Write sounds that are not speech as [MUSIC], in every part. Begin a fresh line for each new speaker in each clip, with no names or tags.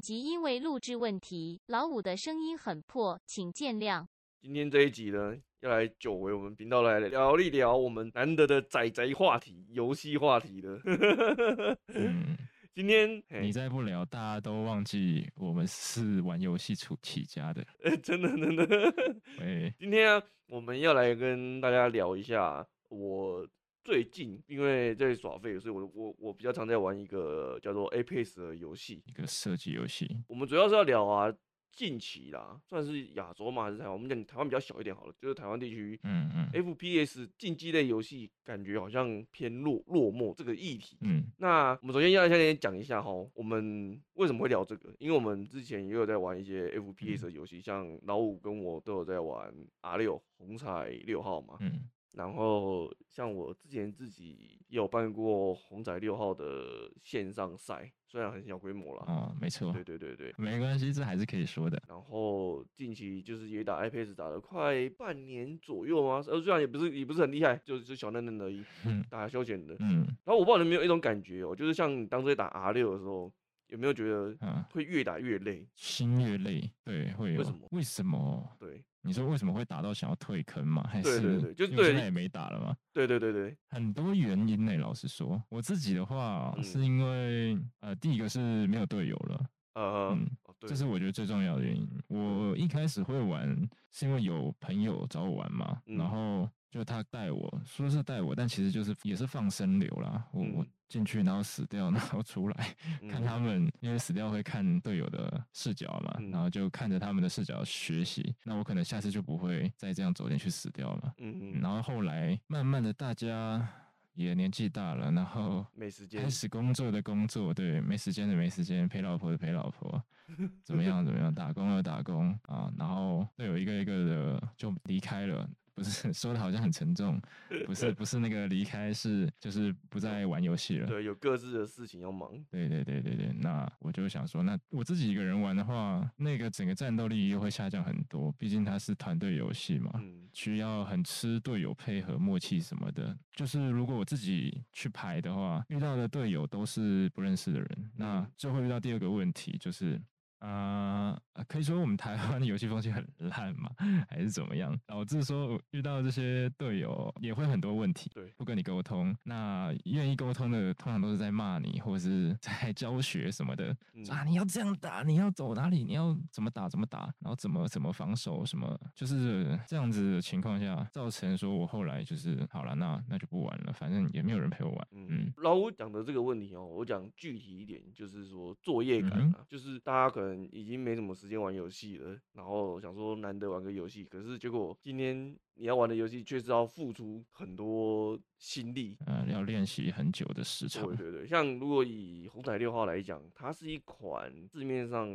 集因为录制问题，老五的声音很破，请见谅。
今天这一集呢，要来久违我们频道来聊一聊我们难得的仔仔话题、游戏话题的。
嗯，
[LAUGHS] 今天
你
嘿，
再不聊，大家都忘记我们是玩游戏出起家的。
[LAUGHS] 真的真的，
喂，
今天啊，我们要来跟大家聊一下我最近因为在耍废，所以我我我比较常在玩一个叫做 Apex 的游戏。
一个射击游戏，
我们主要是要聊啊，近期啦，算是亚洲嘛还是台湾？我们讲台湾比较小一点好了，就是台湾地区
嗯嗯
FPS 竞技类游戏感觉好像偏落落寞这个议题。
嗯，
那我们首先要先讲一下哈，我们为什么会聊这个？因为我们之前也有在玩一些 FPS 的游戏，像老五跟我都有在玩 R 六红彩六号嘛。
嗯
然后像我之前自己也有办过红彩六号的线上赛，虽然很小规模啦。
哦，没错
对，对对对。
没关系，这还是可以说的。
然后近期就是也打 iPad 打了快半年左右嘛，呃，虽然也不是也不是很厉害，就是就小嫩嫩而已，
嗯
打休闲的。
嗯
然后我不知道你有没有一种感觉哦，就是像你当初在打 R 六的时候，有没有觉得
啊，
会越打越累？
心越累，对，会有
什么
为什么？
对，
你说为什么会打到想要退坑吗？还
对
是
对对就
因为我现
对
在也没打了吗？
对对对对，
很多原因呢、老实说，我自己的话
嗯
是因为、呃，第一个是没有队友了，
呃，
嗯，
哦对
这，是我觉得最重要的原因。我一开始会玩，是因为有朋友找我玩嘛，
嗯
然后就他带我，说是带我，但其实就是也是放生流啦。我、我
嗯
进去，然后死掉，然后出来，看
嗯
他们，因为死掉会看队友的视角嘛，
嗯
然后就看着他们的视角学习。那我可能下次就不会再这样走进去死掉了嘛。
嗯
嗯
嗯，
然后后来慢慢的，大家也年纪大了，然后
没时间
开，始工作的工作，对，没时间的没时间，陪老婆的陪老婆，怎么
[LAUGHS]
样怎么样，打工的打工啊，然后队友一个一个的就离开了，不是 [LAUGHS] 说的好像很沉重，不是不是那个离开是就是不再玩游戏了。
对，有各自的事情要忙，
对对对对对，那我就想说，那我自己一个人玩的话，那个整个战斗力又会下降很多，毕竟它是团队游戏嘛。
嗯
需要很吃队友配合、默契什么的。就是如果我自己去排的话，遇到的队友都是不认识的人，那
嗯
就会遇到第二个问题，就是。啊、呃，可以说我们台湾的游戏风气很烂嘛， [LAUGHS] 还是怎么样？导致说我遇到这些队友也会很多问题，
对
不跟你沟通。那愿意沟通的，通常都是在骂你，或者是在 [LAUGHS] 教学什么的。
嗯
说啊，你要这样打，你要走哪里，你要怎么打怎么打，然后怎么怎么防守，什么就是这样子的情况下，造成说我后来就是好了，那那就不玩了，反正也没有人陪我玩。
嗯
嗯，
老五讲的这个问题哦，我讲具体一点，就是说作业感
嗯
啊，就是大家可能已经没什么时间玩游戏了，然后想说难得玩个游戏，可是结果今天你要玩的游戏却是要付出很多心力。
呃，要练习很久的时长
对。对对，像如果以红彩六号来讲，它是一款市面上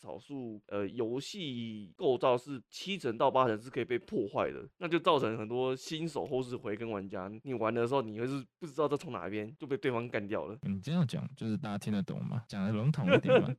少数呃游戏构造是七成到八成是可以被破坏的，那就造成很多新手或是回跟玩家，你玩的时候你会是不知道这从哪边就被对方干掉了。
嗯你这样讲，就是大家听得懂吗？讲的笼统一点
[LAUGHS]
嘛。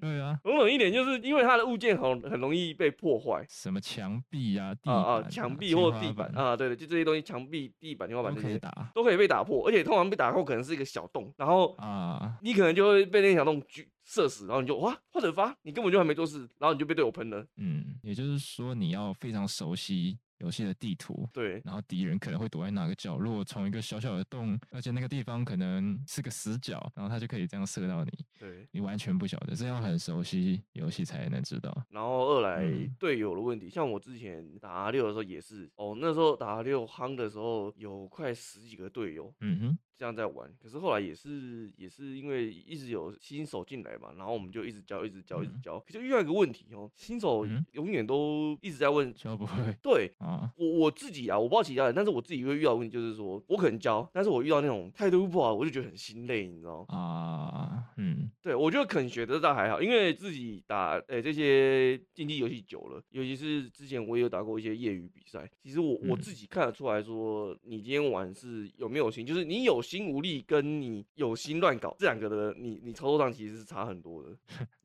对啊，
笼统一点，就是因为它的物件很很容易被破坏
什么墙壁啊、地
啊
板
啊，墙壁
天
或
花
地板
板
啊，对对，就这些东西，墙壁、地板、天花板
都
这
可以
些
打
都可以被打破，而且通常被打破可能是一个小洞，然后
啊。
你可能就会被那个小洞狙射死，然后你就哇或者发，你根本就还没做事，然后你就被队友喷了。
嗯，也就是说，你要非常熟悉游戏的地图， [LAUGHS]
对
然后敌人可能会躲在哪个角落，从一个小小的洞，而且那个地方可能是个死角，然后他就可以这样射到你，
对，
你完全不晓得，这要很熟悉游戏才能知道。
然后二来
嗯
队友的问题，像我之前打 R 六的时候也是，哦那时候打 R 六夯的时候有快十几个队友，
嗯哼，
这样在玩，可是后来也是也是因为一直有新手进来嘛，然后我们就一直教一直教一直
嗯
教，可就遇到一个问题哦，新手
嗯
永远都一直在问，
教不会
对
[LAUGHS] 啊，
我我自己啊，我不知道其他人，但是我自己会遇到的问题就是说，我可能教，但是我遇到那种态度不好，我就觉得很心累，你知道吗？
啊，嗯
对，我觉得肯学的倒还好，因为自己打诶、这些竞技游戏久了，尤其是之前我也有打过一些业余比赛。其实我我
嗯
自己看得出来说，你今天玩是有没有心，就是你有心无力跟你有心乱搞这两个的，你你操作上其实是差很
[LAUGHS]
多的。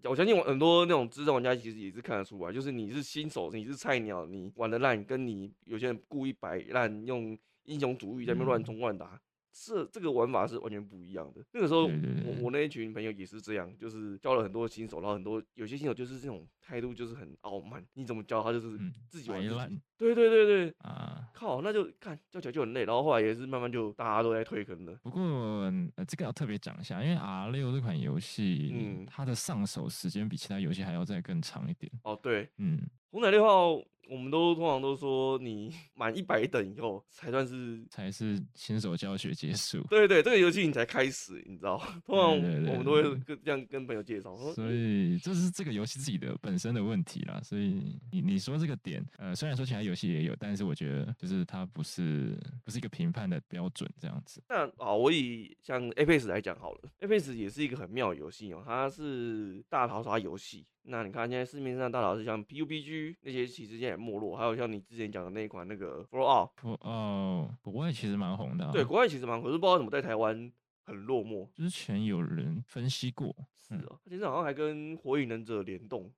我相信我很多那种资深玩家其实也是看得出来，就是你是新手，你是菜鸟，你玩的烂，跟你有些人故意摆烂，用英雄主义在那边乱
嗯
冲乱打。这这个玩法是完全不一样的。那个时候，
对对对
我我那一群朋友也是这样，就是教了很多新手，然后很多有些新手就是这种态度就是很傲慢，你怎么教他就是
嗯
自己
摆
玩自己。
烂
对对对对，
啊。
靠，那就看教起来就很累。然后后来也是慢慢就大家都在退坑了。
不过、呃、这个要特别讲一下，因为 R 六这款游戏，
嗯
它的上手时间比其他游戏还要再更长一点。
哦，对，
嗯，
红奶六号，我们都通常都说你 [LAUGHS] 满一百等以后才算是。
才是新手教学结束。
对对，这个游戏你才开始，你知道？通常
对对对
我们都会
对
跟这样跟朋友介绍，说
所以这是这个游戏自己的本身的问题啦。所以你你说这个点，呃，虽然说其他游戏也有，但是我觉得就是它不是不是一个评判的标准这样子。
那啊，我以像 Apex 来讲好了，Apex 也是一个很妙的游戏哦，它是大逃杀游戏。那你看现在市面上大逃杀像 PUBG 那些，其实现在也没落，还有像你之前讲的那一款那个 Fallout，
不哦，国外其实蛮红的、啊，
对，国外其实蛮火，可是不知道为什么在台湾很落寞。
之前有人分析过，
是哦，它其实好像还跟火影忍者联动。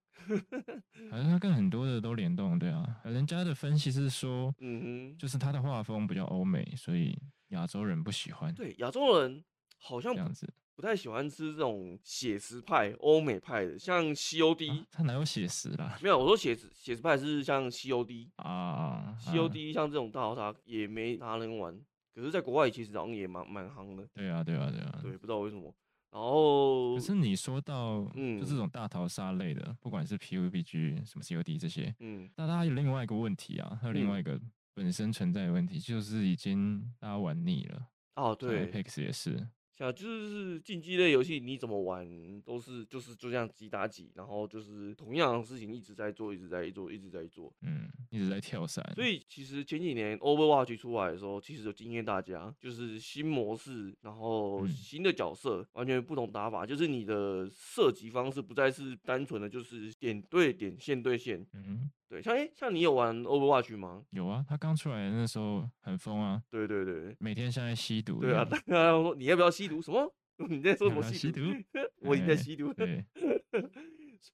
好像它跟很多的都联动，对啊。人家的分析是说，
嗯哼，
就是它的画风比较欧美，所以亚洲人不喜欢
对，亚洲人好像
这
不
样子。
不太喜欢吃这种写实派、欧美派的，像 COD，、
啊它哪有写实啦？
没有，我说写实写实派是像 COD，
啊
COD 像这种大逃杀也没啥人玩，可是在国外其实好像也蛮蛮夯的，
对啊，对啊，对啊。
对，不知道为什么。然后
可，是你说到
嗯
就这种大逃杀类的，不管是 PUBG 什么 COD 这些，
嗯，
那它有另外一个问题啊，还有另
嗯
外一个本身存在的问题，就是已经大家玩腻了。
哦，
像
对，
，Apex 也是，
像就是竞技类游戏，你怎么玩都是就是就这样几打几，然后就是同样的事情一直在做，一直在做，一直在做。
嗯，一直在跳伞。
所以其实前几年 Overwatch 出来的时候，其实有惊艳大家，就是新模式，然后
嗯
新的角色，完全不同打法，就是你的射击方式不再是单纯的就是点对点、线对线，
嗯，
对，像哎、像你有玩 Overwatch 吗？
有啊，它刚出来的那时候很疯啊，
对对对
每天像在吸毒一
对啊！[LAUGHS]
样。 [LAUGHS]
大家说你要不要吸毒？什么？ [LAUGHS] 你在说什么
要不要
吸
吸
毒？
毒
[LAUGHS] 我已经在
哎
吸毒了。[LAUGHS]
[LAUGHS] 对，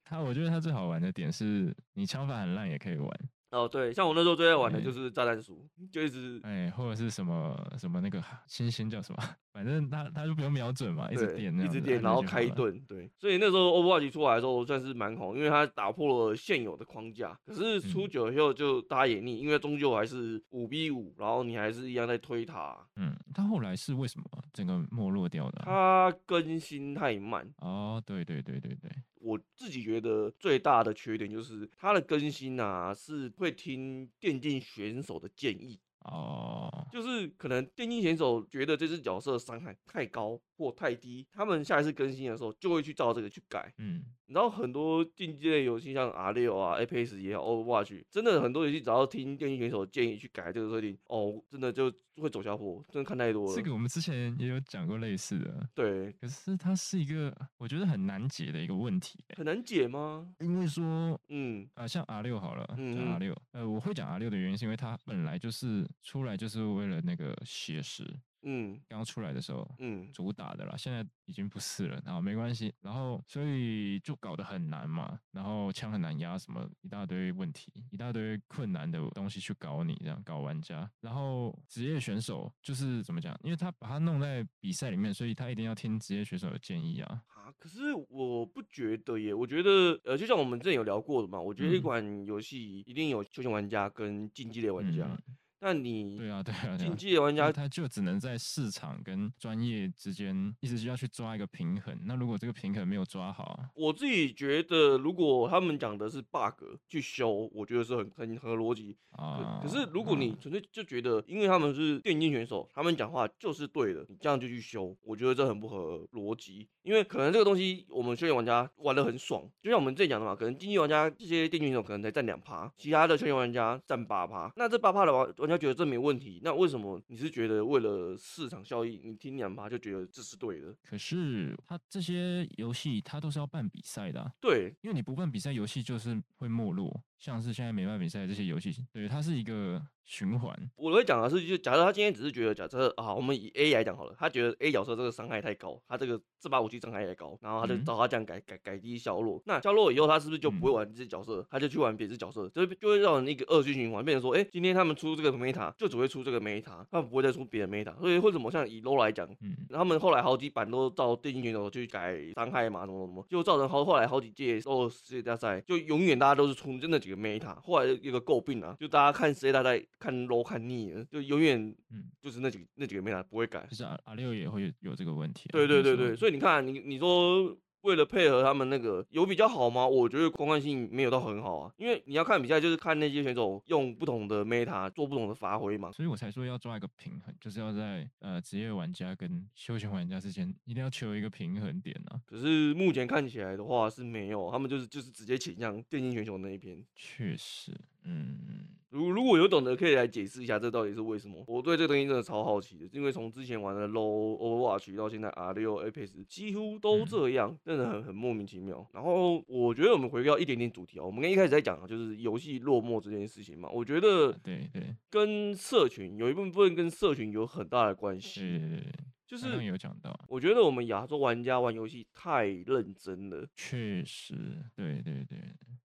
它我觉得它最好玩的点是，你枪法很烂也可以玩，
哦，对，像我那时候最爱玩的
哎
就是炸弹鼠，就一直
哎，或者是什么什么那个星星叫什么， [LAUGHS] 反正它它就不用瞄准嘛，一直
对
点那
一
样
直
子
点，
按
然
下
后
去就
开
好了
盾。对，所以那时候 Overwatch 出来的时候算是蛮红，因为它打破了现有的框架。可是出
嗯
久了以后就大家也腻，因为终究还是五 v 五，然后你还是一样在推塔，
嗯，它后来是为什么整个没落掉的啊、
它更新太慢。
哦，对对对对对，
我自己觉得最大的缺点就是它的更新啊是会听电竞选手的建议，
哦，
就是可能电竞选手觉得这只角色伤害太高或太低，他们下一次更新的时候就会去照这个去改。
嗯，
你知道很多竞技类游戏，像 R 六啊、Apex 也好、Overwatch，真的很多游戏只要听电竞选手建议去改这个设定，哦，真的就会走下坡，真的看太多了。
这个我们之前也有讲过类似的，
对，
可是它是一个我觉得很难解的一个问题欸、
很难解吗？
因为说
嗯，
啊、像 R 六好了，讲
嗯
R 六，呃，我会讲 R 六的原因是因为它本来就是出来就是为了那个写实，
嗯
刚出来的时候
嗯，
主打的啦，现在已经不是了，然后没关系，然后所以就搞得很难嘛，然后枪很难压，什么一大堆问题，一大堆困难的东西去搞你，这样搞玩家，然后职业选手就是怎么讲，因为他把他弄在比赛里面，所以他一定要听职业选手的建议啊，
啊，可是我不觉得耶，我觉得呃，就像我们之前有聊过的嘛，我觉得一
嗯
款游戏一定有休闲玩家跟竞技类玩家，
嗯
那你
对啊，对啊，对
竞
啊。
技类玩
那
家
他就只能在市场跟专业之间一直就要去抓一个平衡。那如果这个平衡没有抓好，
我自己觉得，如果他们讲的是 bug 去修，我觉得是很很合逻辑。可
啊，
可是如果
嗯
你纯粹就觉得，因为他们是电竞选手，他们讲话就是对的，你这样就去修，我觉得这很不合逻辑。因为可能这个东西我们休闲玩家玩的很爽，就像我们之前讲的嘛，可能竞技玩家这些电竞选手可能才占两趴，其他的休闲玩家占八趴。那这八趴的玩玩家觉得这没问题，那为什么你是觉得为了市场效益，你听两趴就觉得这是对的？
可是它这些游戏它都是要办比赛的啊、
对，
因为你不办比赛，游戏就是会没落。像是现在美漫比赛这些游戏，对，它是一个循环。
我会讲的是，就假设他今天只是觉得，假设啊，我们以 A 来讲好了，他觉得 A 角色这个伤害太高，他这个这把武器伤害太高，然后他就
嗯
照他这样改改改低削弱。那削弱以后，他是不是就不会玩这只角色，他就去玩别只角色，就会就会让人一个恶性循环，变成说，哎、今天他们出这个 meta 就只会出这个 meta，他们不会再出别的 meta。所以为什么像以 low 来讲，
嗯，
他们后来好几版都照电竞选手去改伤害嘛，什么什么，就造成好后来好几届哦世界大赛，就永远大家都是出真的几个 meta。后来有个诟病啊，就大家看世界大赛看 low 看腻了，就永远
嗯
就是那几个那几个 meta 不会改
就。是啊阿阿六也会有这个问题啊、
对对对
就是
对，
说
所以你看，你你说为了配合他们那个有比较好吗？我觉得观看性没有到很好啊，因为你要看比赛就是看那些选手用不同的 meta 做不同的发挥嘛。
所以我才说要抓一个平衡，就是要在呃职业玩家跟休闲玩家之间一定要求一个平衡点啊。
可是目前看起来的话是没有，他们就是就是直接倾向电竞选手那一边。
确实，嗯，
如如果有懂得，可以来解释一下这到底是为什么？我对这个东西真的超好奇的，因为从之前玩的 Low Overwatch 到现在 R 六 Apex，几乎都
嗯
这样，真的很很莫名其妙。然后我觉得我们回到一点点主题啊，我们刚一开始在讲啊就是游戏落寞这件事情嘛，我觉得
啊对对
跟社群有一部分跟社群有很大的关
对
系，
对对，
就
刚刚
是
嗯有讲到啊，
我觉得我们亚洲玩家玩游戏太认真了，
确实，对对对，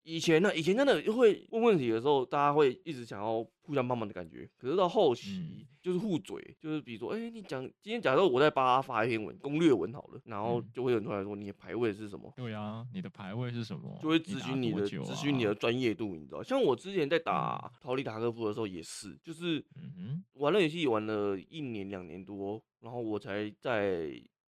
以前呢、以前真的会问问题的时候，大家会一直想要互相帮忙的感觉。可是到后期
嗯
就是互嘴，就是比如说，哎、你讲今天假设我在巴发一篇文攻略文好了，然后
嗯
就会有人出来说你的排位是什么，
对啊，你的排位是什么？
就会
你
咨
打
询你
多
的
久
咨询你的
啊，
专业度，你知道？像我之前在打逃离塔科夫的时候也是，就是
嗯哼，
玩了游戏玩了一年两年多，然后我才在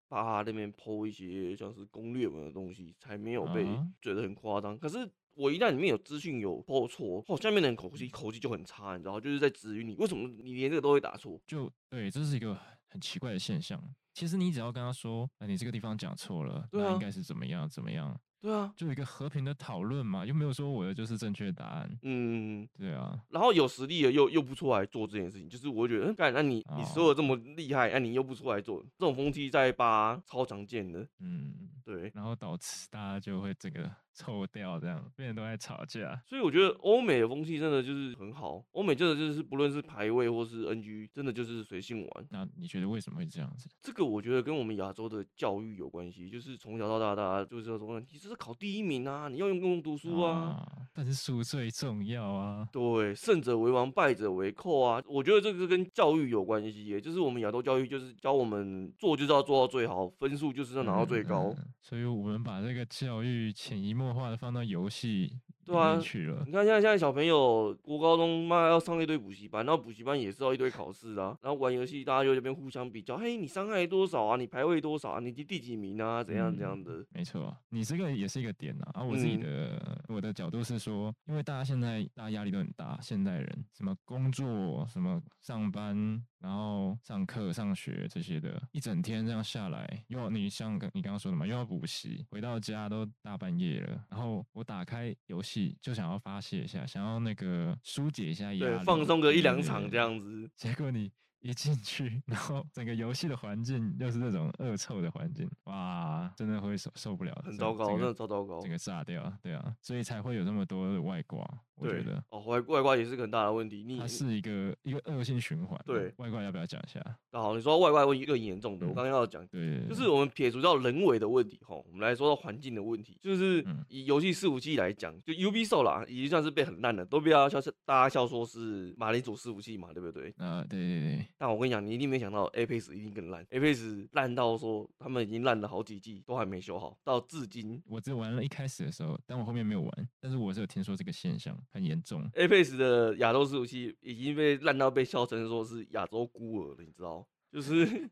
巴哈那边剖一些像是攻略文的东西，才没有被
啊哈
觉得很夸张。可是我一旦里面有资讯有剖错，哦，下面的人口气口气就很差，你知道吗，就是在质疑你为什么你连这个都会打错。
就对，这是一个很奇怪的现象。其实你只要跟他说，那、你这个地方讲错了，
对
那
啊
应该是怎么样怎么样，
对啊，
就有一个和平的讨论嘛，又没有说我的就是正确答案，
嗯，
对啊，
然后有实力的又又不出来做这件事情，就是我会觉得，嗯，干，那你你说的这么厉害，那、你又不出来做，这种风气在巴超常见的，
嗯，
对。
然后导致大家就会整个臭掉，这样，变人都在吵架。
所以我觉得欧美的风气真的就是很好，欧美真的就是不论是排位或是 NG，真的就是随性玩。
那你觉得为什么会这样子？
这个我觉得跟我们亚洲的教育有关系，就是从小到大大家就是要说，你这是考第一名啊，你要用功读书啊。
啊，但是输最重要啊。
对，胜者为王，败者为寇啊！我觉得这个跟教育有关系耶，就是我们亚洲教育就是教我们做就是要做到最好，分数就是要拿到最
嗯
高。
嗯所以我们把这个教育潜移默化的放到游戏里
对啊
面去了
你。看现在现在小朋友国高中妈要上一堆补习班，然后补习班也是要一堆考试啊，然后玩游戏大家就这边互相比较，嘿，你伤害多少啊？你排位多少啊？你第第几名啊？怎样怎样
嗯
的？
没错，你这个也是一个点啊。啊，我自
嗯
己的、我的角度是说，因为大家现在大家压力都很大，现代人什么工作、什么上班，然后上课、上学这些的，一整天这样下来，又要你像刚你刚刚说的嘛，又要补习，回到家都大半夜了，然后我打开游戏就想要发泄一下，想要那个疏解一下压
对
力，，
放松个一两场
对
这。样子。
结果你一进去，然后整个游戏的环境又是那种恶臭的环境，哇，真的会受受不了，
很
整
糟糕，
整
真
个
的超糟糕
整。个炸掉，对啊，所以才会有这么多的外挂，我觉
对
得。
哦，外外挂也是个很大的问题。你
它是一个一个恶性循环啊。
对
外挂要不要讲一下？
啊好，你说到外挂问题更严重的，我
嗯
刚刚要讲。
对，对
就是
对
我们撇除掉人为的问题吼，我们来说到环境的问题，就是
嗯
以游戏伺服器来讲，就 Ubisoft 啦，已经算是被很烂了，都被大家笑，大家笑说是马铃薯伺服器嘛，对不对？
呃，对对对，
但我跟你讲，你一定没想到 Apex 一定更烂，Apex 烂到说他们已经烂了好几季，都还没修好，到至今
我只玩了一开始的时候，但我后面没有玩，但是我是有听说这个现象很严重。
Apex 的亚洲伺服器已经被烂到被笑成说是亚洲孤儿了，你知道？就是 [LAUGHS]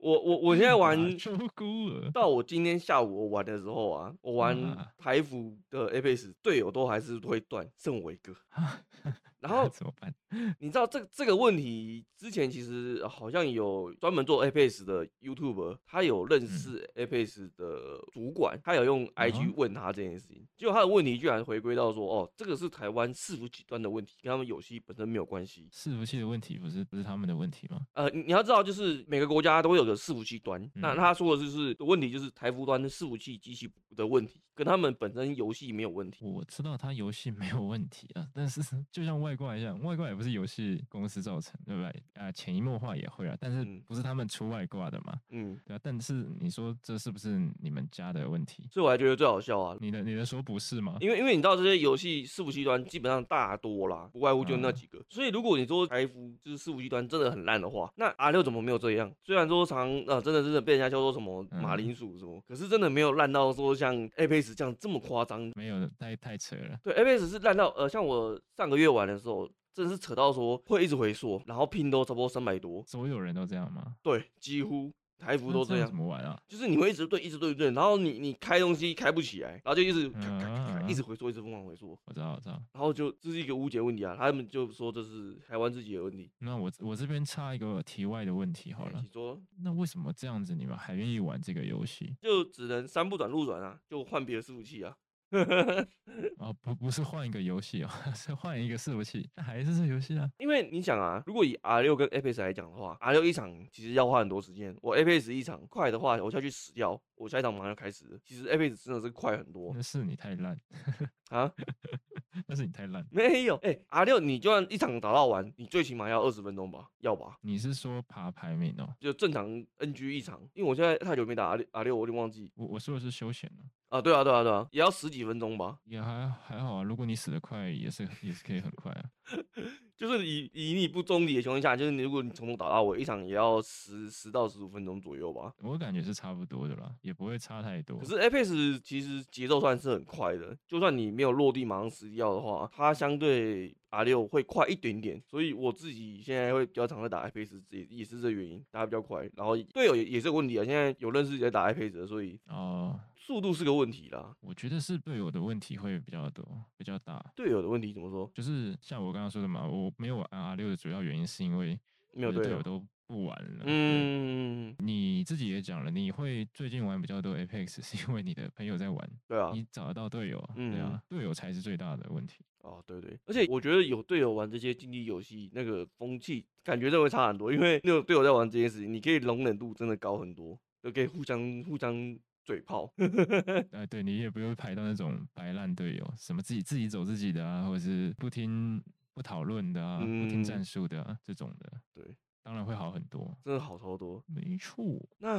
我我我现在玩
啊秋姑儿，
到我今天下午我玩的时候啊，我玩
啊 [LAUGHS]
台服的 Apex 队友都还是会断，剩我一个。然后
怎么办？
你知道这这个问题之前其实好像有专门做 Apex 的 YouTube，他有认识 Apex 的主管，他有用 IG 问他这件事情，结果他的问题居然回归到说，哦，这个是台湾伺服器端的问题，跟他们有些本身没有关系。
伺服器的问题不是不是他们的问题吗？
呃，你你要知道，就是每个国家都会有个伺服器端，那
嗯
他说的就是问题，就是台服端的伺服器机器的问题，跟他们本身游戏没有问题。
我知道它游戏没有问题啊，但是 [LAUGHS] 就像外挂一样，外挂也不是游戏公司造成，对不对？啊、潜移默化也会啊，但是
嗯
不是他们出外挂的嘛？
嗯，
对啊，但是你说这是不是你们家的问题？
所以我还觉得最好笑啊，
你的你的说不是吗？
因为因为你知道这些游戏伺服器端基本上大多啦，不外乎就那
嗯
几个。所以如果你说台服就是伺服器端真的很烂的话，那 R 六怎么没有这样？虽然说常啊、真的真的被人家叫做什么马
嗯
铃薯什么，可是真的没有烂到说像 Apex 这样这么夸张。
没有，太太扯了。
对，Apex 是烂到呃，像我上个月玩的时候。真的是扯到说会一直回缩，然后拼都差不多三百多，
所有人都这样吗？
对，几乎台服
那
都
这
这
样
样
怎，么玩啊？
就是你会一直对，一直对，一直对，然后你你开东西开不起来，然后就一
嗯
直咔咔咔咔一直回缩，一直疯狂回缩，
我知道，我知道。
然后就这是一个误解问题啊，他们就说这是台湾自己的问题。
那我我这边插一个题外的问题好
哎
了
你，说
那为什么这样子你们还愿意玩这个游戏？
就只能三不转路转啊，就换别的伺服器啊。 [LAUGHS]
哦，不不是换一个游戏哦， [LAUGHS] 是换一个伺服器，那还是这游戏啊？
因为你想啊，如果以 R 六跟 Apex 来讲的话，R 六一场其实要花很多时间，我 Apex 一场快的话，我下去死掉，我下一场马上就开始了。其实 Apex 真的是快很多
那是你太烂，
啊， [LAUGHS]
那是你太烂。
没有，哎、r 六你就算一场打到完，你最起码要二十分钟吧，要吧？
你是说爬排名哦？
就正常 NG 一场，因为我现在太久没打 R 六 R 六，我有点忘记
我我说的是休闲哦，
啊。对啊，对啊，对啊，也要十几分钟吧。
也还还好啊。如果你死得快，也是也是可以很快啊。
就是以以你不中理的情况下，就是你如果你从头打到尾，一场也要十十到十五分钟左右吧。
我感觉是差不多的啦，也不会差太多。
可是 Apex 其实节奏算是很快的，就算你没有落地马上死掉的话，它相对 R 六会快一点点。所以我自己现在会比较常在打 Apex，也也是这原因，打得比较快。然后队友也也是个问题啊，现在有认识在打 Apex，的所以
哦，
速度是个问题啦。
我觉得是队友的问题会比较多，比较大。
队友的问题怎么说？
就是像我刚刚说的嘛，我没有玩 R 六的主要原因是因为
没有
我的
队
队
友
友。都不玩了。对，
嗯，
你自己也讲了，你会最近玩比较多 Apex，是因为你的朋友在玩，
对啊，
你找得到队友啊，对
嗯
啊，队友才是最大的问题。
哦，对对，而且我觉得有队友玩这些竞技游戏，那个风气感觉真的会差很多，因为那种队友在玩这件事情，你可以容忍度真的高很多，就可以互相互相嘴炮。
呃，对你也不用排到那种白烂队友，什么自己自己走自己的啊，或者是不听不讨论的啊，不听
嗯
战术的啊这种的，
对，
当然会好很多。
真的好超多。
没错，
那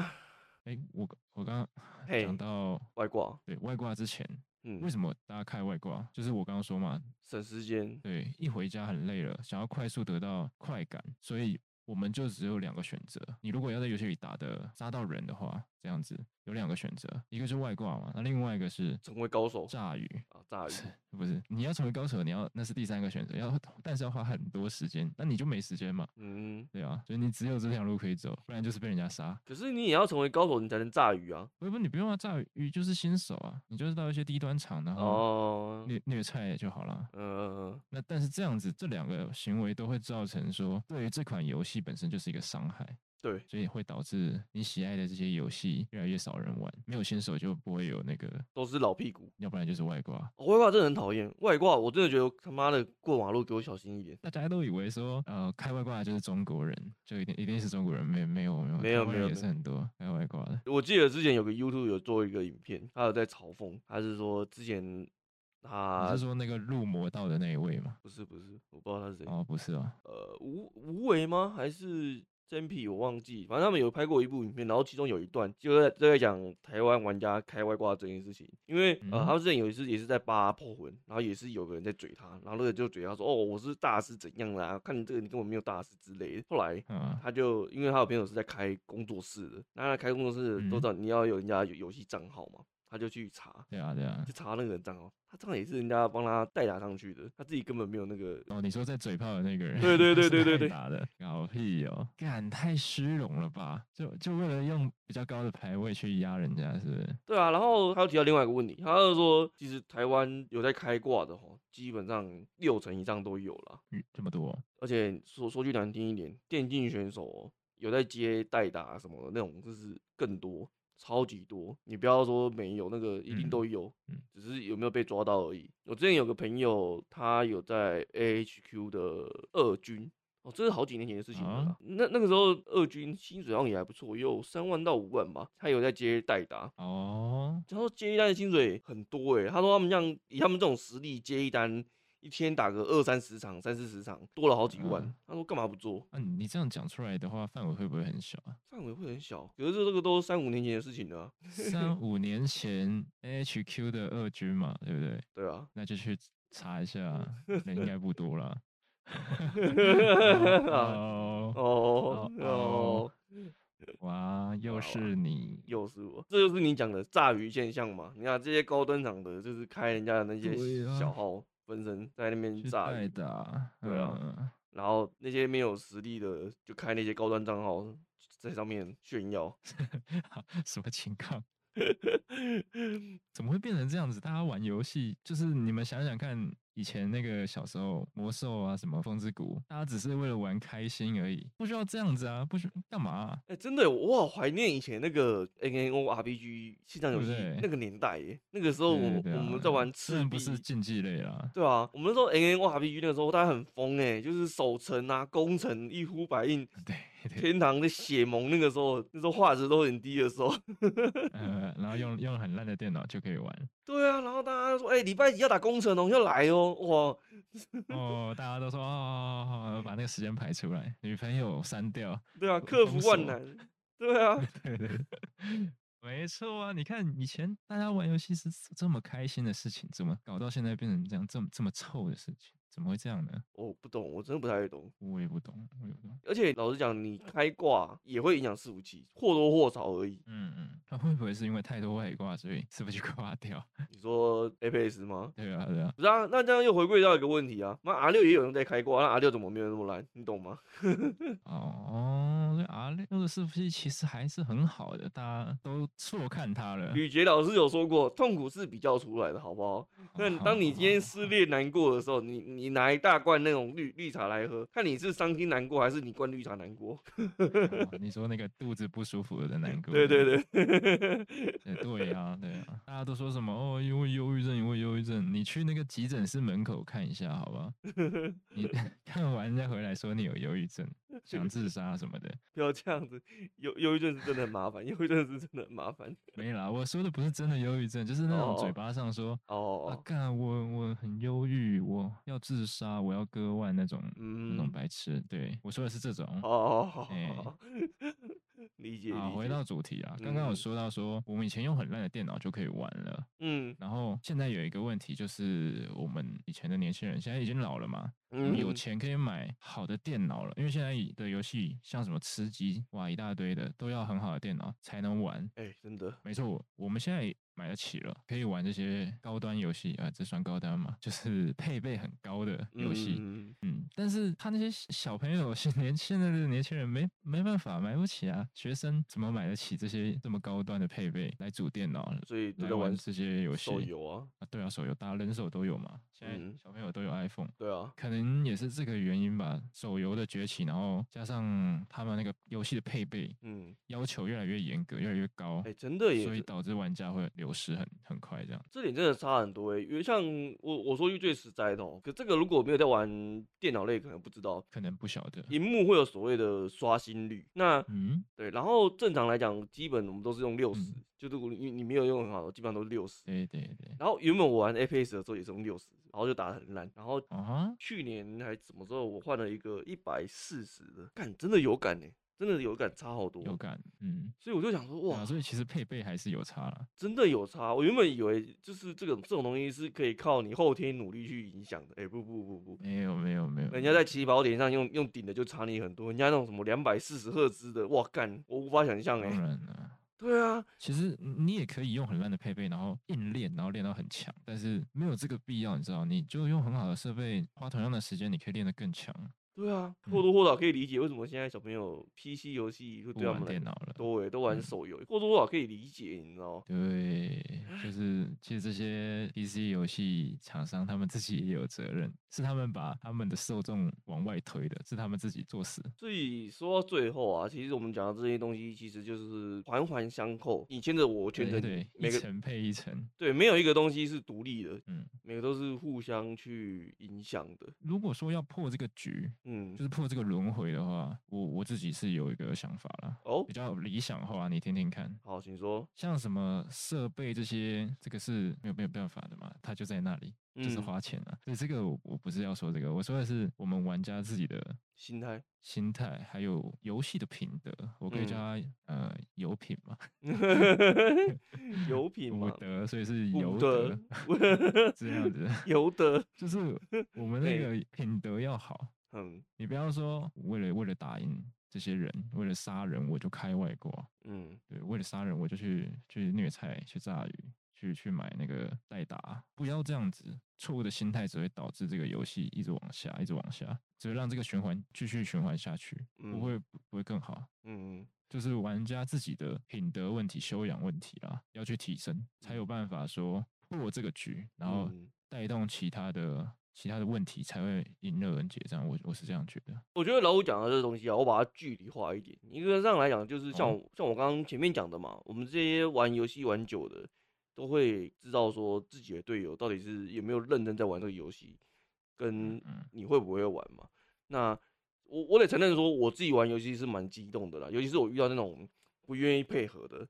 哎，我我刚刚
嘿
讲到
外挂，
对外挂之前，为
嗯，
什么大家开外挂？就是我刚刚说嘛，
省时间，
对，一回家很累了，想要快速得到快感，所以我们就只有两个选择。你如果要在游戏里打的杀到人的话，这样子有两个选择，一个是外挂嘛，那另外一个是
成为高手
炸鱼。
啊，炸鱼。
[LAUGHS] 不是，你要成为高手，你要那是第三个选择，要但是要花很多时间，那你就没时间嘛，
嗯，
对啊，所以你只有这条路可以走，不然就是被人家杀。
可是你也要成为高手，你才能炸鱼啊。
不不，你不用啊，炸鱼就是新手啊，你就是到一些低端场，然后
哦，
虐虐菜就好了。
嗯，
那但是这样子，这两个行为都会造成说，对于这款游戏本身就是一个伤害，
对，
所以会导致你喜爱的这些游戏越来越少人玩，没有新手就不会有那个，
都是老屁股。
要不然就是外挂。
哦外挂真的很讨厌，外挂我真的觉得他妈的过马路给我小心一点。
大家都以为说，呃，开外挂的就是中国人，就一定一定是中国人，没没有没有
没有
台湾
没
人
有
也
没
是很多开外挂的。
我记得之前有个 YouTube 有做一个影片，他有在嘲讽，他是说之前
你
他
是说那个入魔道的那一位吗？
不是不是，我不知道他是谁，
哦，不是哦，
呃，无无为吗？还是真皮？我忘记，反正他们有拍过一部影片，然后其中有一段就在就在讲台湾玩家开外挂这件事情，因为呃，
嗯
他们之前有一次也是在吧破魂，然后也是有个人在嘴他，然后那个就嘴他说哦我是大师怎样啦，看你这个你根本没有大师之类的，后来
嗯，
他就因为他有朋友是在开工作室的，那他开工作室的都知
嗯
道你要有人家有游戏账号嘛，他就去查，
对啊对啊
就。查那个人账号，他账号也是人家帮他代打上去的，他自己根本没有那个，
哦，你说在嘴炮的那个人，
对对对
[LAUGHS] 是
对对
他
对
打的，搞屁哦，干太虚荣了吧？就就为了用比较高的排位去压人家，是不是？
对啊，然后他又提到另外一个问题，他就说其实台湾有在开挂的哈，基本上六成以上都有啦。
嗯这么多，
而且说说句难听一点，电竞选手哦、有在接代打什么的那种，就是更多，超级多。你不要说没有，那个一定
嗯
都有，
嗯
只是有没有被抓到而已。我之前有个朋友，他有在 AHQ 的二军。哦，这是好几年前的事情了啦、
啊
那那个时候，二军薪水好像也还不错，也有三万到五万吧。他有在接代打，
哦，
他说接一单的薪水很多欸诶、他说他们像以他们这种实力接一单，一天打个二三十场、三四十场，多了好几万。
嗯
他说干嘛不做？
啊，你这样讲出来的话，范围会不会很小啊？
范围会很小，可是这个都是三五年前的事情了啊、 [LAUGHS]
三五年前 HQ 的二军嘛，对不对？
对啊，
那就去查一下，那应该不
[LAUGHS]
多啦。
哦
[LAUGHS] 哦，
[LAUGHS] 哦
哦
[LAUGHS]
哇，又
啊哇
是你，
又是我，这就是你讲的炸鱼现象嘛？你看这些高端场的，就是开人家的那些
对啊
小号分身在那边
去
炸
代
鱼，
打，
对啊
嗯， [LAUGHS]
然后那些没有实力的就开那些高端账号在上面炫耀。
什么
[LAUGHS]
情况？怎么会变成这样子？大家玩游戏，就是你们想想看，以前那个小时候魔兽啊，什么风之谷，大家只是为了玩开心而已，不需要这样子啊，不需干嘛啊、
哎、真的耶，我好怀念以前那个 N N O R P G 线上游
对
戏
不对
那个年代耶。那个时候我们
对对
我
啊
们在玩
虽
赤
然
壁，
不是竞技类啦， [LAUGHS]
对啊，我们说 N N O R P G 那个时候大家很疯哎，就是守城啊、攻城一呼百应。
对
[LAUGHS]
对，
天堂的血盟那个时候，那时候画质都很低的时候， [LAUGHS]
呃，然后用用很烂的电脑就可以玩。
对啊，然后大家就说，哎、礼拜几要打工程哦，要来哦，
哦，大家都说哦，好好好把那个时间排出来，女朋友删掉，
哇，对啊，
封
克服万
锁
难，对
[LAUGHS]
啊，
对对，对没错啊！你看以前大家玩游戏是这么开心的事情，怎么搞到现在变成这样这么这么臭的事情？怎么会这样呢？
我不懂，我真的不太懂。
我也不懂，我也不懂。
而且老实讲，你开挂也会影响伺服器，或多或少而已。
嗯嗯，那、会不会是因为太多外挂，所以是不是就挂掉？
你说 APS 吗？
对啊，对啊，
不是啊，那这样又回归到一个问题啊，那
嗯
R 六也有人在开挂，那 R 六怎么没有那么烂？你懂吗？
哦，所以 R 六的伺服器其实还是很好的，大家都错看它了。
吕杰老师有说过，痛苦是比较出来的，好不好？
嗯 [LAUGHS]
那当你今天失恋难过的时候，你你拿一大罐那种绿绿茶来喝，看你是伤心难过还是你灌绿茶难过？
哦你说那个肚子不舒服的难过，
对对哎对， [LAUGHS]
呃对啊，对啊，大家都说什么哦，因为忧郁症，因为忧郁症，你去那个急诊室门口看一下，好吧？
[LAUGHS]
你看完人家回来说你有忧郁症，想自杀什么的，
不要这样子，忧忧郁症是真的很麻烦，忧郁症是真的很麻烦。
没啦。我说的不是真的忧郁症，就是那种
哦
嘴巴上说、啊
哦，，
干我我很忧郁，我要自杀，我要割腕那种、那种
嗯，
白痴。对我说的是这种。
哦，好好
哎
好好理解
啊，
理
回
解
到，主题啊，刚刚有
嗯
说到说我们以前用很烂的电脑就可以玩了，
嗯
然后现在有一个问题，就是我们以前的年轻人现在已经老了嘛，我们
嗯，
有钱可以买好的电脑了，因为现在的游戏像什么吃鸡哇一大堆的，都要很好的电脑才能玩。
哎，真的，
没错，我们现在买得起了，可以玩这些高端游戏啊，这算高端吗？就是 [LAUGHS] 配备很高的游戏。
嗯
嗯，但是他那些小小朋友、现年现在的年轻人没没办法买不起啊，学生怎么买得起这些这么高端的配备来组电脑，
所以都
来
在
玩
玩
这些游戏？
手游啊，
啊，对啊，手游大家人手都有嘛，现
嗯
在小朋友都有 iPhone，、
对啊，
可能也是这个原因吧。手游的崛起，然后加上他们那个游戏的配备
嗯，
要求越来越严格，越来越高，
哎，真的
所以
耶，
导致玩家会流失很很快这样。
这点真的差很多诶、因为像我我说句最实在的哦、可这个如果没有在玩电脑类，可能不知道，
可能不晓得，
荧幕会有所谓的刷新率。那
嗯，
对，然后正常来讲，基本我们都是用六十、
嗯
就如果你你没有用很好，基本上都是六十。
对对对，
然后原本我玩 FPS 的时候也是用六十，然后就打得很烂。然后
啊哈，
去年还什么时候我换了一个一百四十的，干真的有感呢、真的有感差好多。
有感，嗯，
所以我就想说，
对
哇
啊，，所以其实配备还是有差啦。
真的有差。我原本以为就是这种这种东西是可以靠你后天努力去影响的。哎、不不不不，
没有没有没有，
人家在起跑点上用用顶的就差你很多。人家那种什么两百四十赫兹的，哇干，我无法想象
当
哎、
然了。
对啊，
其实你也可以用很烂的配备，然后硬练，然后练到很强，但是没有这个必要，你知道？你就用很好的设备，花同样的时间，你可以练得更强。
对啊，或多或少可以理解为什么现在小朋友 PC 游戏会
不
对他啊
玩
们来
电脑了。
对都玩
嗯
手游，或多或少可以理解，你知道吗？
对，就是其实这些 PC 游戏厂商他们自己也有责任，是他们把他们的受众往外推的，是他们自己作死。
所以说到最后啊，其实我们讲的这些东西，其实就是环环相扣，你牵着我，我牵着你
对对，，一
每个
层配一层。
对没有一个东西是独立的，
嗯，
每个都是互相去影响的。
如果说要破这个局，
嗯
就，是破这个轮回的话，我我自己是有一个想法啦，
哦
比，较理想化，你听听看。
好，请说。
像什么设备这些，这个是没有没有办法的嘛，它就在那里，就是
嗯
花钱啊。所以这个我我不是要说这个，我说的是我们玩家自己的
心态，
心态，还有游戏的品德，我可以叫它、
嗯
呃游品嘛，嗯
有品
武
嘛，
德，所以是
武
游
德
德 [LAUGHS]
[LAUGHS]
这样子，
有的，
就是我们
[LAUGHS]
那
对
个品德要好，
嗯
你不要说为了为了打赢这些人，为了杀人我就开外挂，
嗯，
对，为了杀人我就去去虐菜、去炸鱼、去去买那个代打，不要这样子，错误的心态只会导致这个游戏一直往下，一直往下，只会让这个循环继续循环下去，
嗯
不会不会更好。
嗯，
就是玩家自己的品德问题、修养问题啦，要去提升，才有办法说破这个局，然后
嗯
带动其他的其他的问题，才会迎刃而解。这样，我我是这样觉得。
我觉得老五讲的这个东西啊，我把它距离化一点。一个上来讲，就是像
哦
我、像我刚刚前面讲的嘛，我们这些玩游戏玩久的，都会知道说自己的队友到底是有没有认真在玩这个游戏，跟
嗯
你会不会玩嘛。那我我得承认说，我自己玩游戏是蛮激动的啦，尤其是我遇到那种不愿意配合的，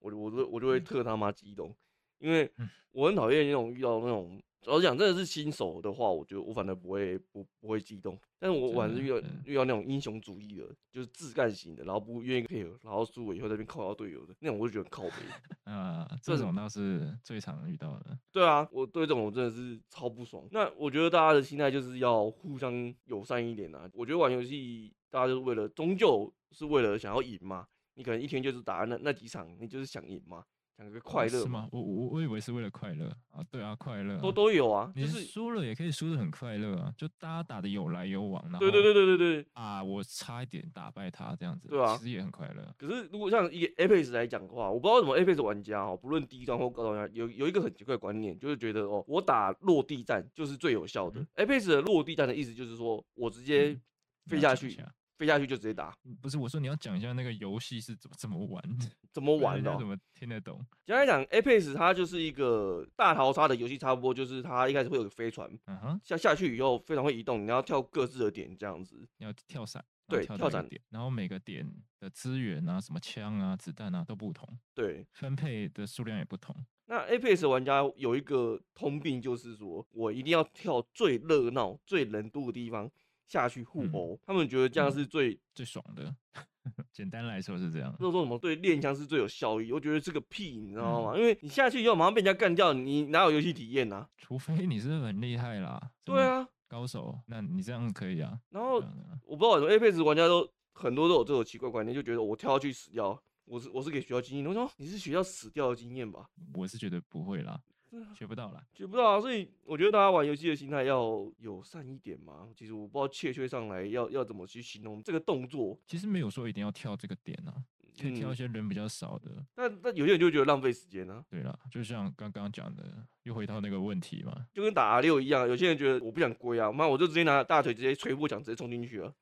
我我就我就会
嗯
特他妈激动，因为
嗯
我很讨厌那种遇到那种，老实讲，真的是新手的话，我觉得我反而不会不不会激动，但是我
真
我还是
的
遇到
嗯
遇到那种英雄主义的，就是自干型的，然后不愿意配合，然后输了以后在那边靠到队友的那种，我就觉得很靠背。
啊、
这
这
是
种倒是最常遇到的。
对啊，我对这种我真的是超不爽。那我觉得大家的心态就是要互相友善一点啊。我觉得玩游戏，大家就是为了，终究是为了想要赢嘛。你可能一天就是打那那几场，你就是想赢嘛，想个快
哦
乐
是
嘛，
吗？我我我以为是为了快乐啊，对啊，快乐、啊、
都都有啊，
你
就是
输了也可以输的很快乐啊，就大家打的有来有往，然后
对对对对对对。
啊，我差一点打败他这样子，
对啊
其实也很快乐。
可是如果像一个 Apex 来讲的话，我不知道为什么 Apex 玩家哦，不论低端或高端玩家，有有一个很奇怪的观念，就是觉得哦，我打落地战就是最有效的。Apex 的落地战的意思就是说我直接
嗯
飞
你
下
要讲一
去，飞下去就直接打，
不是我说你要讲一下那个游戏是怎么怎么玩的，
怎么
不然
玩
[LAUGHS] 人
的
家
哦、
怎么听得懂？
简单来讲，Apex 它就是一个大逃杀的游戏，差不多就是它一开始会有个飞船
嗯哼，
下下去以后，飞船会移动，你要跳各自的点这样子。
你要跳伞，然后
对
跳
跳
到一个
伞
点，然后每个点的资源啊，什么枪啊、子弹啊都不同，
对，
分配的数量也不同。
那 Apex 玩家有一个通病，就是说我一定要跳最热闹、最人多的地方下去互
嗯
殴，他们觉得这样
嗯
是最，
最爽的， [LAUGHS] 简单来说是这样。
就是说什么对练枪是最有效益。我觉得这个屁，你知道
嗯
吗？因为你下去以后马上被人家干掉，你哪有游戏体验呐？
除非你是很厉害啦，什
对
么
啊，
高手，那你这样可以啊。
然
这
后
样的
我不知道为什么 Apex 玩家都很多都有这种奇怪观念，就觉得我跳下去死掉，我是我是给学校经验。我说你是学校死掉的经验吧？
我是觉得不会啦
真的，
学不到啦。
就不知道啊、所以我觉得大家玩游戏的心态要友善一点嘛。其实我不知道切切上来要要怎么去形容这个动作，
其实没有说一定要跳这个点啊，可以跳
嗯
一些人比较少的。
但但有些人就会觉得浪费时间啊，
对啦，就像刚刚讲的，又回到那个问题嘛，
就跟打 R 六一样，啊有些人觉得我不想归啊，妈我就直接拿大腿直接捶破墙，直接冲进去啊。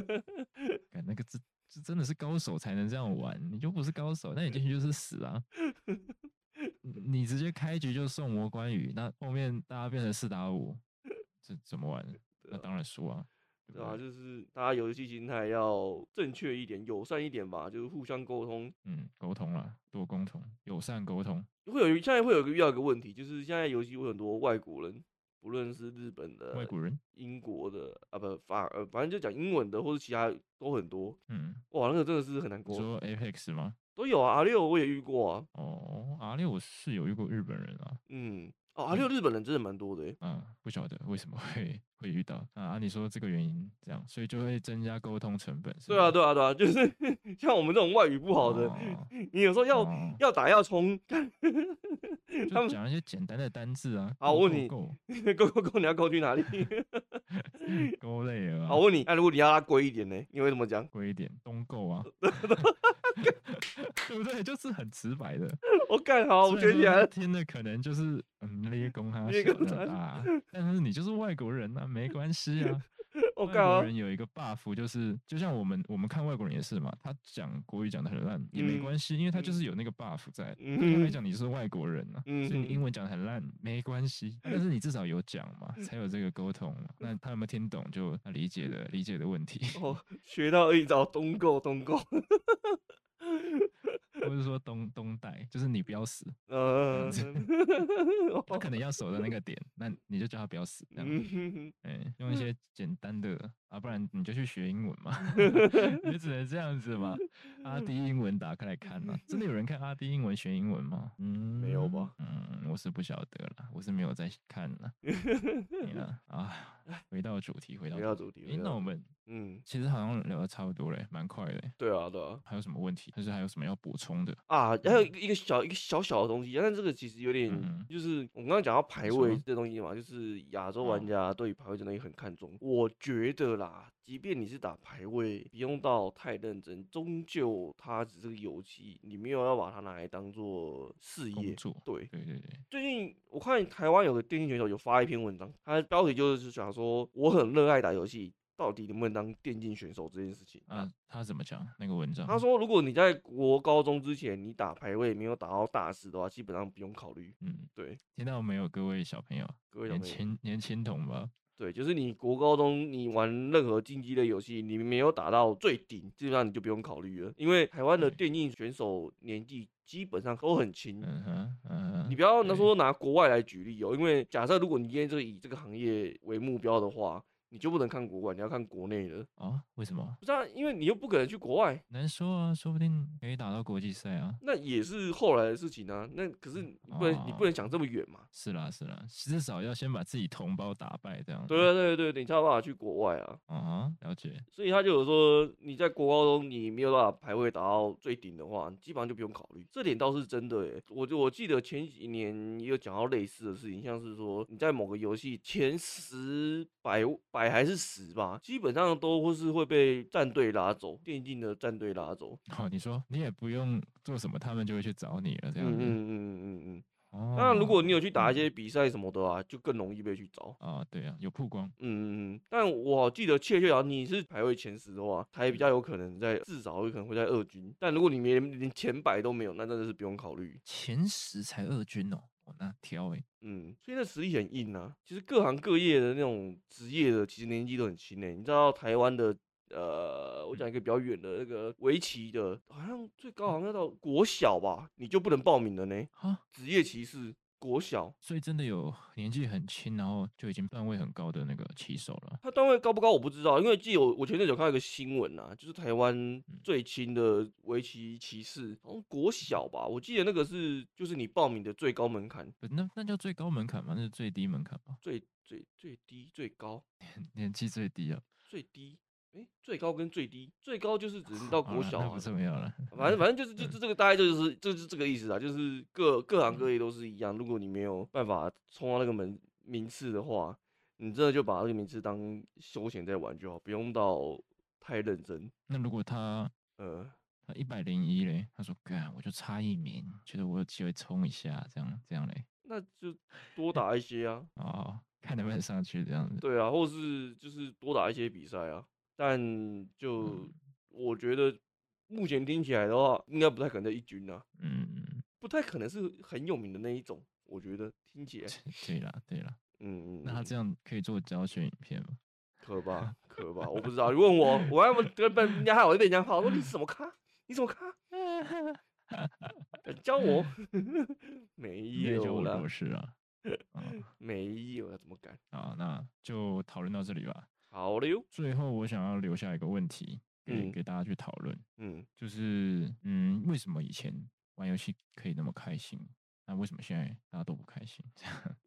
感那个这这真的是高手才能这样玩，你就不是高手，那你进去就是死
[LAUGHS]
啊。你你直接开局就送魔关羽，那后面大家变成四打五，这怎么玩？
对
那
啊
当然输啊，对
对
不
啊，
对？
就是大家游戏心态要正确一点，友善一点吧，就是互相沟通，
嗯，沟通啦，多沟通，友善沟通。
会有一现在会有一个遇到一个问题，就是现在游戏会有很多外国人，不论是日本的、
外国人，
英国的啊不法呃，反正就讲英文的或者其他都很多。
嗯，
哇，那个真的是很难
你
过，
说 Apex 吗？
都有啊。R 六我也遇过啊，
哦，R 六我是有遇过日本人啊，
嗯，哦 R 六日本人真的蛮多的欸、
嗯，不晓得为什么会会遇到啊？按理说这个原因这样，所以就会增加沟通成本。是
对啊，
吗，
对啊，对啊，就是 [LAUGHS] 像我们这种外语不好的，
哦
你有时候要、
哦
要打要冲，他
就
们
讲一些简单的单字啊。
好
go,
我问
go,
你
go [LAUGHS]
勾勾勾，你要勾去哪里？
勾累了、啊。
好，我问你，那如果你要它贵一点呢？你会怎么讲
贵一点，东购
[LAUGHS]
啊，对不对？就是很直白的。
我干好，啊我
虽
学起
然说
来
他
了。
听的可能就是嗯，咧公哈
咧
小
公
的
他
啊，但是你就是外国人啊，没关系啊。
我
外
干
国
好，
人有一个 buff，就是就像我们我们看外国人也是嘛，他讲国语讲的很烂也没
嗯
关系，因为他就是有那个 buff 在。他
嗯
会，讲你是外国人啊，所以
嗯
你英文讲的很烂没关系，但是你至少有讲嘛，
嗯
才有这个沟通嘛。那他有没有听懂就他理解的理解的问题，
哦，学到一招东购东购，
或者说东东带，就是你不要死，
[LAUGHS]
[LAUGHS]
呃，哦
他可能要守的那个点，那你就叫他不要死，这样。
嗯，
哎、用一些简单的啊，不然你就去学
[LAUGHS]
英文嘛，你就只能这样子嘛。阿迪英文打开来看嘛，真的有人看阿迪英文学英文吗？嗯，
[LAUGHS] 没有吧？
嗯，我是不晓得啦，我是没有在看
[LAUGHS]
啦。你呢？啊，回到主题，回到
回到主题
诶
回
那
到
我们
嗯，
其实好像聊的差不多嘞，蛮快嘞。
对啊，对啊，
还有什么问题？还是还有什么要补充的？
啊，还有一个一个小一个小小的东西，但这个其实有点
嗯，
就是我们刚刚讲到排
你
位
说
这东西嘛，就是亚洲
哦
玩家对于排位这东西很看重。我觉得啦，即便你是打排位，不用到太认真，终究它只是个游戏，你没有要把它拿来当做事
工
业。
作？
对，
对对对，
最近我看台湾有个电竞选手有发一篇文章，他的标题就是讲说我很热爱打游戏，到底能不能当电竞选手这件事情。
啊，他怎么讲那个文章？
他，说，如果你在国高中之前你打排位没有打到大师的话，基本上不用考虑。
嗯，
对，
听到没有，各位小朋友，
各位小
年
朋友，
轻年轻同胞，
对，就是你国高中你玩任何竞技类游戏，你没有打到最顶，基本上你就不用考虑了，因为台湾的
对
电竞选手年纪基本上都很轻。
嗯哼，嗯哼，
你不要拿
对
说拿国外来举例哦，因为假设如果你今天这个以这个行业为目标的话，你就不能看国外，你要看国内的。
哦，为什么？
不是啊，因为你又不可能去国外，
难说啊，说不定可以打到国际赛啊。
那也是后来的事情啊。那可
嗯
是你不能，你
哦
不能想这么远嘛。
是啦是啦，至少要先把自己同胞打败这样。
对啊，对啊对对，你才有办法去国外啊。
嗯哼，了解。
所以他就有说，你在国高中你没有办法排位打到最顶的话，你基本上就不用考虑。这点倒是真的耶。我就我记得前几年也有讲到类似的事情，像是说你在某个游戏前十百百还是十吧，基本上都会是会被战队拉走，电竞的战队拉走。
哦，你说你也不用做什么，他们就会去找你了
嗯
这样
嗯
子。
嗯嗯嗯嗯。
哦，
当然，如果你有去打一
嗯
些比赛什么的啊，就更容易被去找。
哦，对啊，有曝光。
嗯嗯嗯，但我记得切确啊，你是排位前十的话，才比较有可能在至少有可能会在二军。但如果你连连前百都没有，那真的是不用考虑。
前十才二军哦，哦那挑诶、
嗯，所以那实力很硬啊。其实各行各业的那种职业的，其实年纪都很轻诶、欸你知道台湾的呃，我讲一个比较远的那个围棋的，好像最高好像要到国小吧，你就不能报名了呢。
啊，
职业歧视，国小。
所以真的有年纪很轻，然后就已经段位很高的那个棋手了。
他段位高不高我不知道，因为记得我我前阵子有看到一个新闻啊，就是台
嗯
湾最轻的围棋棋士，好像国小吧，我记得那个是就是你报名的最高门槛，
不，那那叫最高门槛吗？那是最低门槛吧？
最最最低最高
年纪最低啊。
最低，诶，最高跟最低，最高就是只能到
好
国
啦
小
那
啊、
不嗯重要了。
反正反正就是就就这个大概就是就是这个意思啊，就是各各行
嗯
各业都是一样，如果你没有办法冲到那个门名次的话，你真的就把这个名次当休闲在玩就好，不用到太认真，
那如果他
呃。
他一百零一嘞，他说干，我就差一名，觉得我有机会冲一下，这样这样嘞，
那就多打一些啊，
哦，看能不能上去这样子。
对啊，或是就是多打一些比赛啊。但就
嗯
我觉得，目前听起来的话，应该不太可能在一军啊，
嗯，
不太可能是很有名的那一种。我觉得听起来，
对啦对啦，
嗯，嗯
那他
嗯
这样可以做教学影片
[LAUGHS]
吗？
可吧可吧，我不知道。你问我，我要不跟被人家害，我就被人家怕。我说你是什么咖？你什么咖？敢教我？ [LAUGHS] 没
那就
有
我
啦
弱，势了。嗯
没有啦，怎么敢？
好，那就讨论到这里吧。
好了哟，
最后，我想要留下一个问题给、
嗯
给大家去讨论，
嗯，
就是嗯，为什么以前玩游戏可以那么开心？那为什么现在大家都不开心？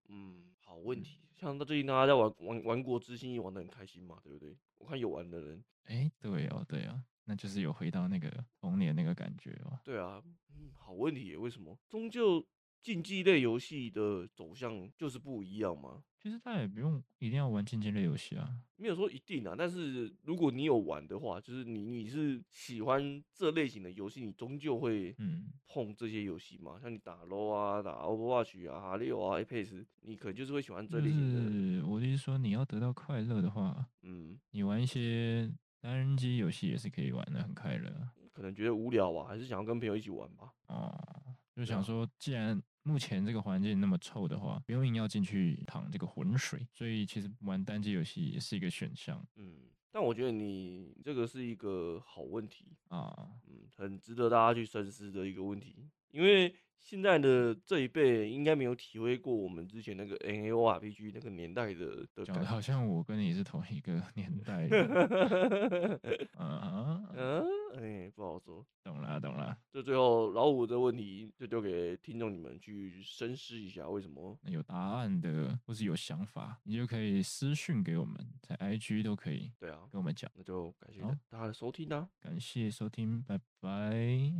嗯，好问题。像到最近大家在玩玩玩国之心，也玩的很开心嘛，对不对？我看有玩的人，
哎，对哦，对哦，那就是有回到那个童年那个感觉哦。
对啊，嗯，好问题耶，为什么？终究竞技类游戏的走向就是不一样吗？
其实他也不用一定要玩竞技类游戏啊，
没有说一定啊，但是如果你有玩的话，就是你你是喜欢这类型的游戏，你终究会
嗯，
碰这些游戏嘛，像你打 LO 啊、打 Overwatch 啊、哈六啊、Apex，你可能就是会喜欢这
就
类型的。
是我的意思说，你要得到快乐的话，
嗯，
你玩一些单人机游戏也是可以玩的很快乐啊
可能觉得无聊吧，还是想要跟朋友一起玩吧。
哦。就
对啊
想说，既然目前这个环境那么臭的话，不用硬要进去淌这个浑水，所以其实玩单机游戏也是一个选项
嗯，但我觉得你这个是一个好问题，
啊。
嗯，很值得大家去深思的一个问题，因为现在的这一辈应该没有体会过我们之前那个 N A O R P G 那个年代的的
讲
感
的
觉。
好像我跟你是同一个年
[LAUGHS]
代的，
嗯，
啊，
哎、不好说。
懂了懂了，
这最后老五的问题就丢给听众你们去深思一下，为什么？
那有答案的或是有想法，你就可以私讯给我们，在 IG 都可以
对啊，
跟我们讲。
那就感谢
好
大家的收听啦、
感谢收听，拜拜。